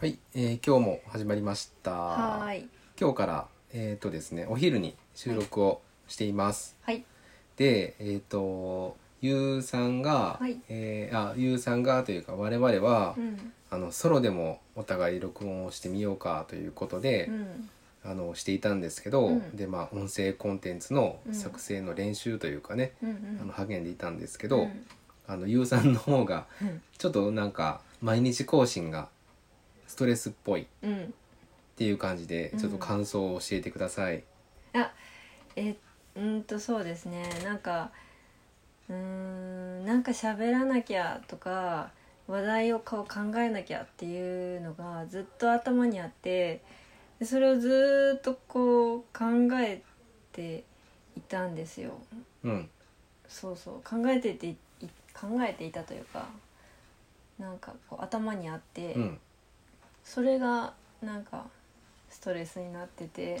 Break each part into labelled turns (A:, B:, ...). A: はい、えー今日も始まりました。
B: はーい。
A: 今日からえっ、とですね、お昼に収録をしています。
B: はい。
A: で、えっ、とゆうさんが、
B: はい
A: えーあゆうさんがというか我々は、
B: うん。
A: あのソロでもお互い録音をしてみようかということで
B: う、ん。
A: あのしていたんですけど、
B: うん
A: でまあ音声コンテンツの
B: うん
A: 作成の練習というかね、
B: うん。う
A: あの
B: ん。
A: 励んでいたんですけ
B: け
A: ど、あのゆうさんの方が
B: うん。
A: ちょっとなんか毎日更新がストレスっぽいっ
B: うん。
A: ていう感じで
B: うん
A: ちょっと感想を教えてください。
B: あ、え、うーんとそうですね。なんか、うーん、なんか喋らなきゃとか、話題をこう考えなきゃっていうのがずっと頭にあって、でそれをずーっとこう考えていたんですよ。
A: うん、
B: そうそう考えててい考えていたというか、なんかこう頭にあって。
A: うん、
B: それがなんかストレスになって て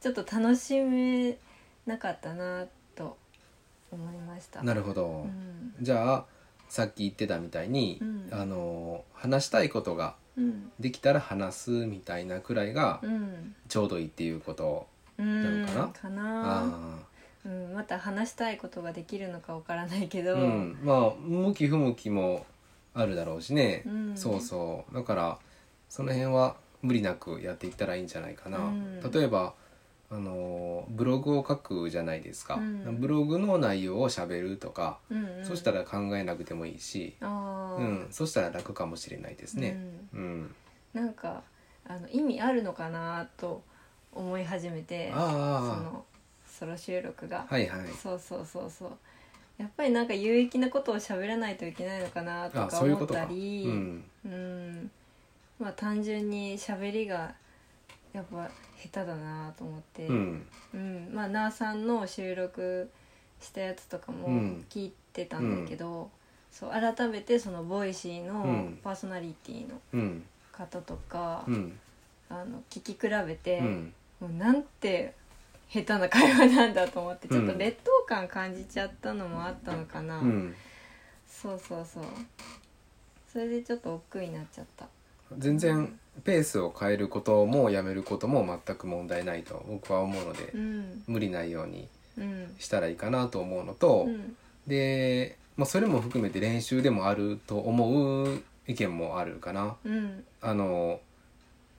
B: ちょっと楽しめなかったなと思いました
A: なるほど。
B: うん
A: じゃあさっき言ってたみたいに、
B: うん
A: あの話したいことが
B: うん
A: できたら話すみたいなくらいが
B: うん
A: ちょうどいいっていうこと。
B: うん
A: なのかな
B: かな
A: ああ。
B: うん、また話したいことができるのかわからないけど、
A: うん、まあ向き不向きもあるだろうしね、
B: うん
A: そうそうだからその辺は無理なくやっていったらいいんじゃないかな、
B: うん
A: 例えばあのブログを書くじゃないですか、
B: うん
A: ブログの内容を喋るとか、
B: うんうん
A: そしたら考えなくてもいいし、
B: あ
A: う
B: ー
A: んそしたら楽かもしれないです
B: う
A: ね
B: ん
A: うん、
B: なんかあの意味あるのかなと思い始めてそ
A: あ
B: のソロ収録が
A: あはいはい
B: そうそうそうそうやっぱりなんか有益なことを喋らないといけないのかなと
A: あ
B: か
A: そういうこ
B: 思っ
A: と
B: た
A: か、う
B: り
A: ん、
B: うんまあ単純に喋りがやっぱ下手だなと思って、
A: うん、
B: うんまあなあさんの収録したやつとかも
A: うん
B: 聞いてたんだけど、そう改めてそのボイシー
A: う
B: の
A: ん
B: パーソナリティの
A: うん
B: 方とか、
A: うん
B: あの聞き比べて、
A: うん
B: もうなんて下手な会話なんだと思ってちょっ
A: う
B: と
A: ん
B: 劣等感感じちゃったのもあったのかな、
A: うん
B: そうそうそうそれでちょっと億劫になっちゃった
A: 全然ペースを変えることもやめることも全く問題ないと僕は思うので、
B: うん
A: 無理ないように
B: うん
A: したらいいかなと思うのと、
B: うん
A: で、まあ、それも含めて練習でもあると思う意見もあるかな。
B: うん
A: あの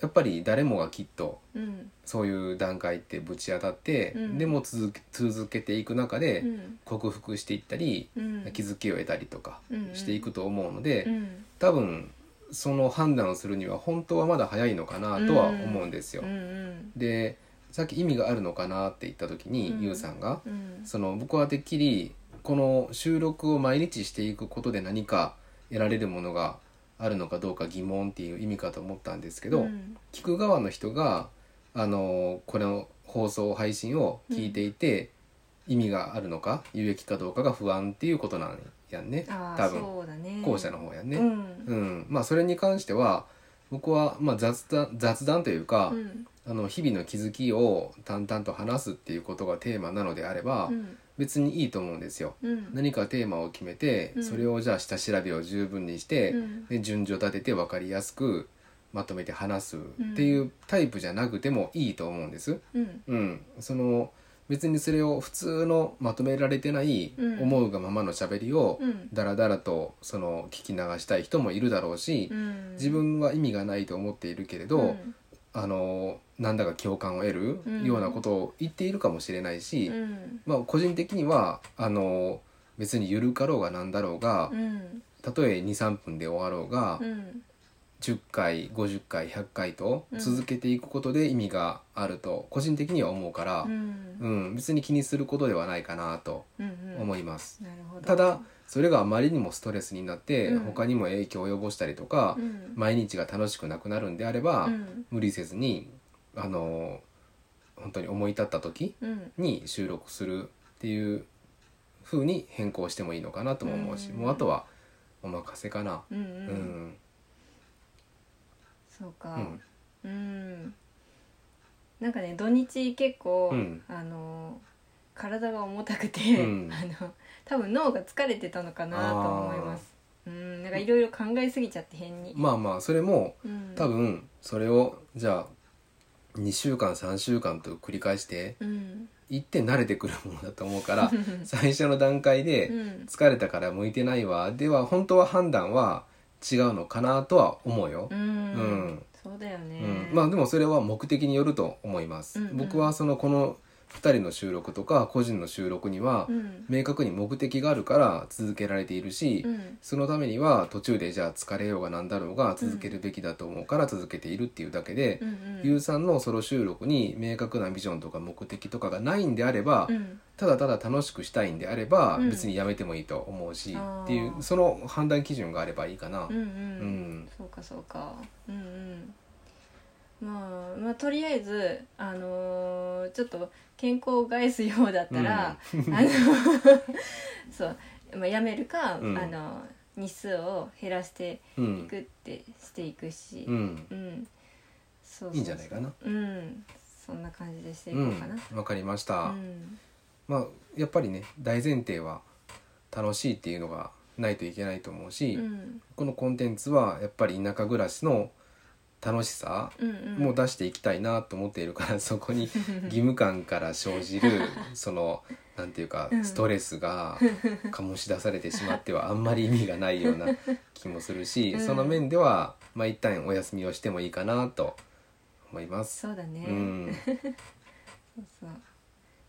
A: やっぱり誰もがきっと
B: うん
A: そういう段階ってぶち当たって、
B: うん
A: でも続け続けていく中で
B: うん
A: 克服していったり、
B: うん
A: 気づきを得たりとか
B: うん
A: していくと思うので、
B: うん
A: 多分その判断をするには本当はまだ早いのかなとは思うんですよ。
B: うんうん
A: でさっき意味があるのかなって言った時に、
B: うん
A: ゆうさんが
B: うん
A: その僕はてっきりこの収録を毎日していくことで何か得られるものがあるのかどうか疑問っていう意味かと思ったんですけど、
B: うん
A: 聞く側の人があのこの放送配信を聞いていて、意味があるのか有益かどうかが不安っていうことなんやんね
B: あ
A: 多
B: あ
A: 分
B: そうだね
A: 後者の方やんね。
B: うん
A: うん、まあそれに関しては僕はまあ雑談雑談というか、
B: うん
A: あの日々の気づきを淡々と話すっていうことがテーマなのであれば、
B: うん
A: 別にいいと思うんですよ。
B: うん
A: 何かテーマを決めて、
B: うん
A: それをじゃあ下調べを十分にして、
B: うん
A: で順序立てて分かりやすくまとめて話すっていうタイプじゃなくてもいいと思うんです。
B: うん
A: うん、その別にそれを普通のまとめられてない
B: うん
A: 思うがままの喋りを
B: うん
A: ダラダラとその聞き流したい人もいるだろうし、
B: うん
A: 自分は意味がないと思っているけれど、
B: うん
A: あのなんだか共感を得
B: う
A: る
B: ん
A: ようなことを言っているかもしれないし、
B: うん
A: まあ、個人的にはあの別に緩かろうがなんだろうが
B: うん
A: たとえ23分で終わろうが、
B: うん
A: 10回50回100回と
B: うん
A: 続けていくことで意味があると個人的には思うから、
B: う
A: うん
B: ん
A: 別に気にすることではないかなと
B: うん
A: 思います。
B: なるほど
A: ただそれがあまりにもストレスになって、
B: うん
A: 他にも影響を及ぼしたりとか、
B: うん
A: 毎日が楽しくなくなるんであれば、
B: うん
A: 無理せずにあの本当に思い立った時
B: うん
A: に収録するっていう風に変更してもいいのかなとも思うし、
B: うん
A: もうあとはお任せかな。
B: うん
A: う
B: うん
A: ん、
B: そう
A: う
B: か
A: ん、
B: うんなんかね土日結構、
A: うん
B: あの体が重たくて、
A: うん
B: あの多分脳が疲れてたのかなと思いますうんなんかいろいろ考えすぎちゃって変に、
A: まあまあそれも
B: うん、
A: 多分それをじゃあ2週間3週間と繰り返して
B: うん
A: いって慣れてくるものだと思うから最初の段階で
B: うん
A: 疲れたから向いてないわでは本当は判断は違うのかなとは思うよ
B: う、ん、
A: うん
B: そうだよね、
A: うん、まあでもそれは目的によると思います、
B: うんうん
A: 僕はそのこの2人の収録とか個人の収録には
B: うん
A: 明確に目的があるから続けられているし、
B: うん
A: そのためには途中でじゃあ疲れようがなんだろうが続けるべきだと思うから続けているっていうだけで
B: う、ん
A: ゆうさんのソロ収録に明確なビジョンとか目的とかがないんであれば、
B: うん
A: ただただ楽しくしたいんであれば
B: うん
A: 別にやめてもいいと思うし、
B: あー
A: っていうその判断基準があればいいかな。
B: うんうん、
A: うん
B: そうかそうかうんうんまあまあとりあえずあのーちょっと健康を害すようだったら、あの そう、まあ、やめるか、
A: うん
B: あの日数を減らして
A: うん
B: いくってしていくし
A: う、ん
B: うんそうそうそう
A: いいんじゃないかな。
B: うんそんな感じでしていうこうんかな、、
A: わかりまし
B: う
A: た、
B: ん
A: まあやっぱりね大前提は楽しいっていうのがないといけないと思うし、
B: うん
A: このコンテンツはやっぱり田舎暮らしの楽しさ
B: うんうん、
A: も出していきたいなと思っている から、そこに義務感から生じるそのなんていうか
B: うん
A: ストレス が醸し出されてしまってはあんまり意味がないような気もするし、
B: うん
A: その面ではまあ一旦お休みをしてもいいかなと思います。
B: そうだね、
A: うん、
B: そうそう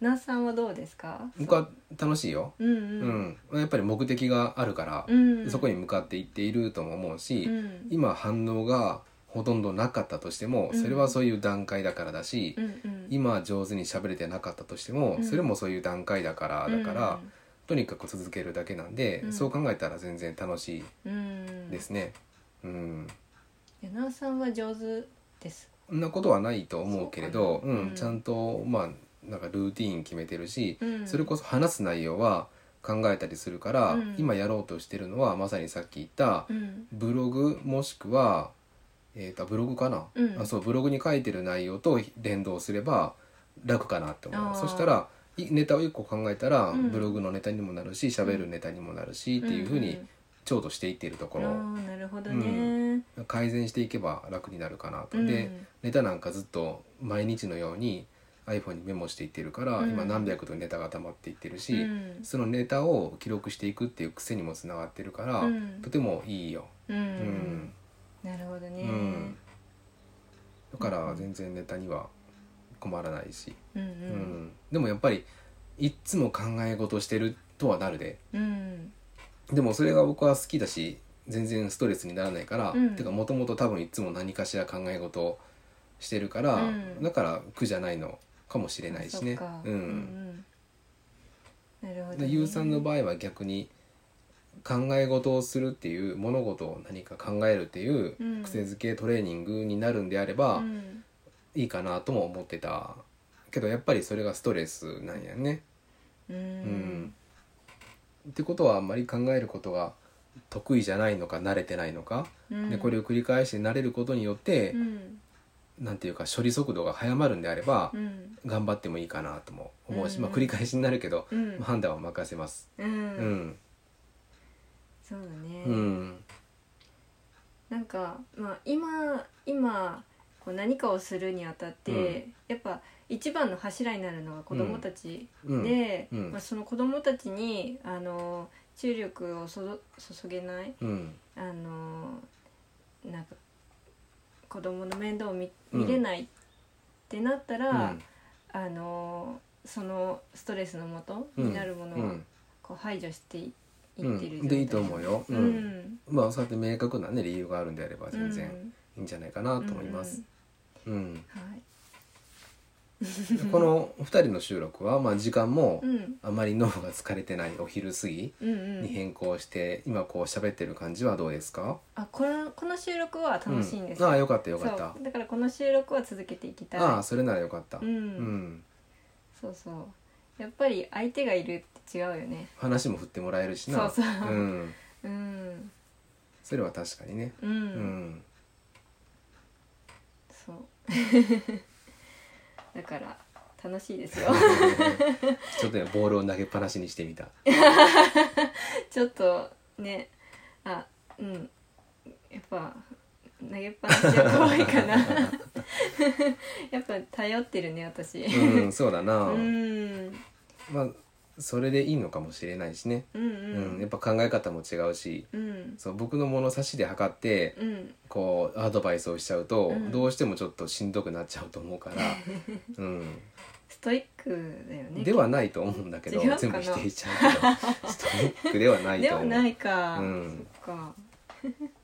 B: 那須さんはどうですか
A: 僕は楽しいよ。
B: うんう
A: うんん、やっぱり目的があるから、
B: うん
A: そこに向かっていっているとも思うし、
B: うん
A: 今反応がほとんどなかったとしても
B: うん
A: それはそういう段階だからだし、
B: うんうん
A: 今上手に喋れてなかったとしても、
B: うん
A: それもそういう段階だからだから、とにかく続けるだけなんで、
B: うん
A: そう考えたら全然楽し
B: うん
A: いですね。うん
B: 柳沢さんは上手です
A: そんなことはないと思うけれど
B: そうかな
A: うん
B: うん
A: ちゃんとまあなんかルーティーン決めてるし、
B: うん
A: それこそ話す内容は考えたりするから、
B: うん
A: 今やろうとしてるのはまさにさっき言った
B: うん
A: ブログもしくは、えー、とブログかな、
B: うん
A: あそうブログに書いてる内容と連動すれば楽かなって思
B: あ
A: う
B: ー
A: そしたらいネタを1個考えたら、
B: うん
A: ブログのネタにもなるし喋るネタにもなるし、っていうふうにちょうどしていっているとこ
B: ん
A: ろ、
B: うんあーなるほどね
A: 改善していけば楽になるかなと、
B: うん
A: でネタなんかずっと毎日のように iPhone にメモしていってるから、
B: うん
A: 今何百とネタが溜まっていってる
B: う
A: し、
B: ん
A: そのネタを記録していくっていう癖にもつながってるから、
B: うん
A: とてもいいよ。
B: う
A: うん
B: んなるほど
A: う
B: ね
A: んだから全然ネタには困らないし、
B: う
A: うんんでもやっぱりいっつも考え事してるとはなるで
B: うんうん
A: でもそれが僕は好きだし全然ストレスにならないから、
B: うん
A: てかもともと多分いつも何かしら考え事をしてるから、
B: うん
A: だから苦じゃないのかもしれないしね。
B: そっか
A: う
B: うん
A: ん
B: うんなるほど
A: で
B: ね
A: ゆうさんの場合は逆に考え事をするっていう物事を何か考えるっていう
B: うん
A: 癖づけトレーニングになるんであれば、
B: うん
A: いいかなとも思ってたけどやっぱりそれがストレスなんやね。
B: う
A: うん
B: ん
A: ってことはあんまり考えることが得意じゃないのか慣れてないのか、
B: うん
A: でこれを繰り返して慣れることによって
B: う、ん
A: なんていうか処理速度が早まるんであれば
B: う、ん
A: 頑張ってもいいかなとも思うし、
B: うん
A: まあ、繰り返しになるけど、
B: うん
A: 判断は任せます。
B: う
A: うんん、
B: そうだね
A: うん、
B: なんか、まあ、今今こう何かをするにあたって、
A: う
B: やっぱ一番の柱になるのが子どもたち
A: うん、
B: で、
A: うん
B: まあ、その子どもたちにあの注力をそど注げない
A: うん、
B: あのなんか子どもの面倒を見
A: うん
B: 見れないってなったら、
A: うん
B: あのそのストレスのもとになるもの
A: う
B: を
A: ん
B: こう排除してい,、
A: うん
B: ってる
A: でいいと思うよ、
B: う、
A: うんんまあそうやって明確な、ね、理由があるんであれば全
B: う
A: 然
B: ん
A: いいんじゃないかなと思います。うん
B: はい
A: でこの2人の収録は、まあ、時間も
B: うん
A: あまり脳が疲れてないお昼過ぎ
B: うんう
A: に
B: ん、
A: 変更して、今こう喋ってる感じはどうですか
B: あこのこの収録は楽しいんです
A: うん、ああ
B: よ
A: よかったよかった
B: そうだからこの収録は続けていきたい
A: ああそれならよかった、
B: うん、
A: うん
B: そうそうやっぱり相手がいるって違うよね
A: 話も振ってもらえるし
B: そ
A: な
B: うそう、
A: ん、
B: うん
A: それは確かにね、
B: うん、
A: うん
B: そう だから楽しいで すよ
A: ちょっとねボールを投げっぱなしにしてみた
B: ちょっとねあうんやっぱ投げっぱなしは怖い かなやっぱ頼ってるね私
A: うんそうだな、
B: うんうん
A: まあそれでいいのかもしれないしね、
B: う
A: うんやっ
B: ん
A: ぱ考え方も違うし
B: うん
A: そう僕の物差しで測って、
B: うん
A: こうアドバイスをしちゃうと、
B: うん
A: どうしてもちょっとしんどくなっちゃうと思う から、うん、
B: ストイックだよね
A: ではないと思うんだけど
B: 違うかな
A: 全部否定しちゃうけどストイックではない
B: で
A: と
B: は
A: 思う
B: ないか、
A: うん
B: そっか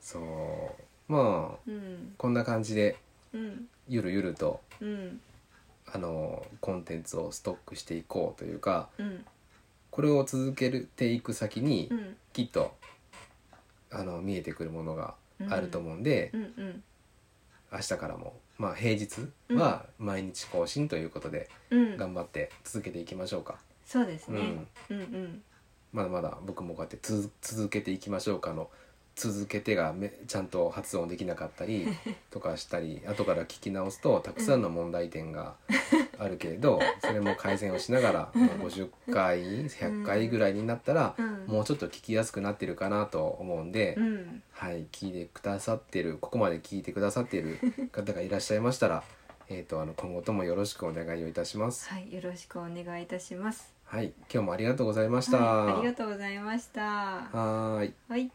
A: そうまあ
B: うん
A: こんな感じで
B: うん
A: ゆるゆると
B: うん
A: あのコンテンツをストックしていこうというか
B: うん
A: これを続けていく先に、
B: うん
A: きっとあの見えてくるものがあると思うんで、
B: うんうん
A: 明日からも、まあ、平日は毎日更新ということで、
B: うん
A: 頑張って続けていきましょうか。
B: そうです
A: う
B: ね、
A: ん
B: うんうん
A: まだまだ僕もこうやってつづ続けていきましょうかの続けてがめちゃんと発音できなかった りとかしたり後から聞き直すとたくさんの問題点があるけれど、それも改善をしながらもう50回100回ぐらいになったら、
B: うん
A: もうちょっと聞きやすくなってるかなと思うんで、
B: うん
A: はい聞いてくださってるここまで聞いてくださってる方がいらっしゃいましたらえーとあの今後ともよろしくお願いをいたします。
B: はいよろしくお願いいたします
A: はい今日もありがとうございました。
B: はい、ありがとうございました
A: はーい
B: はい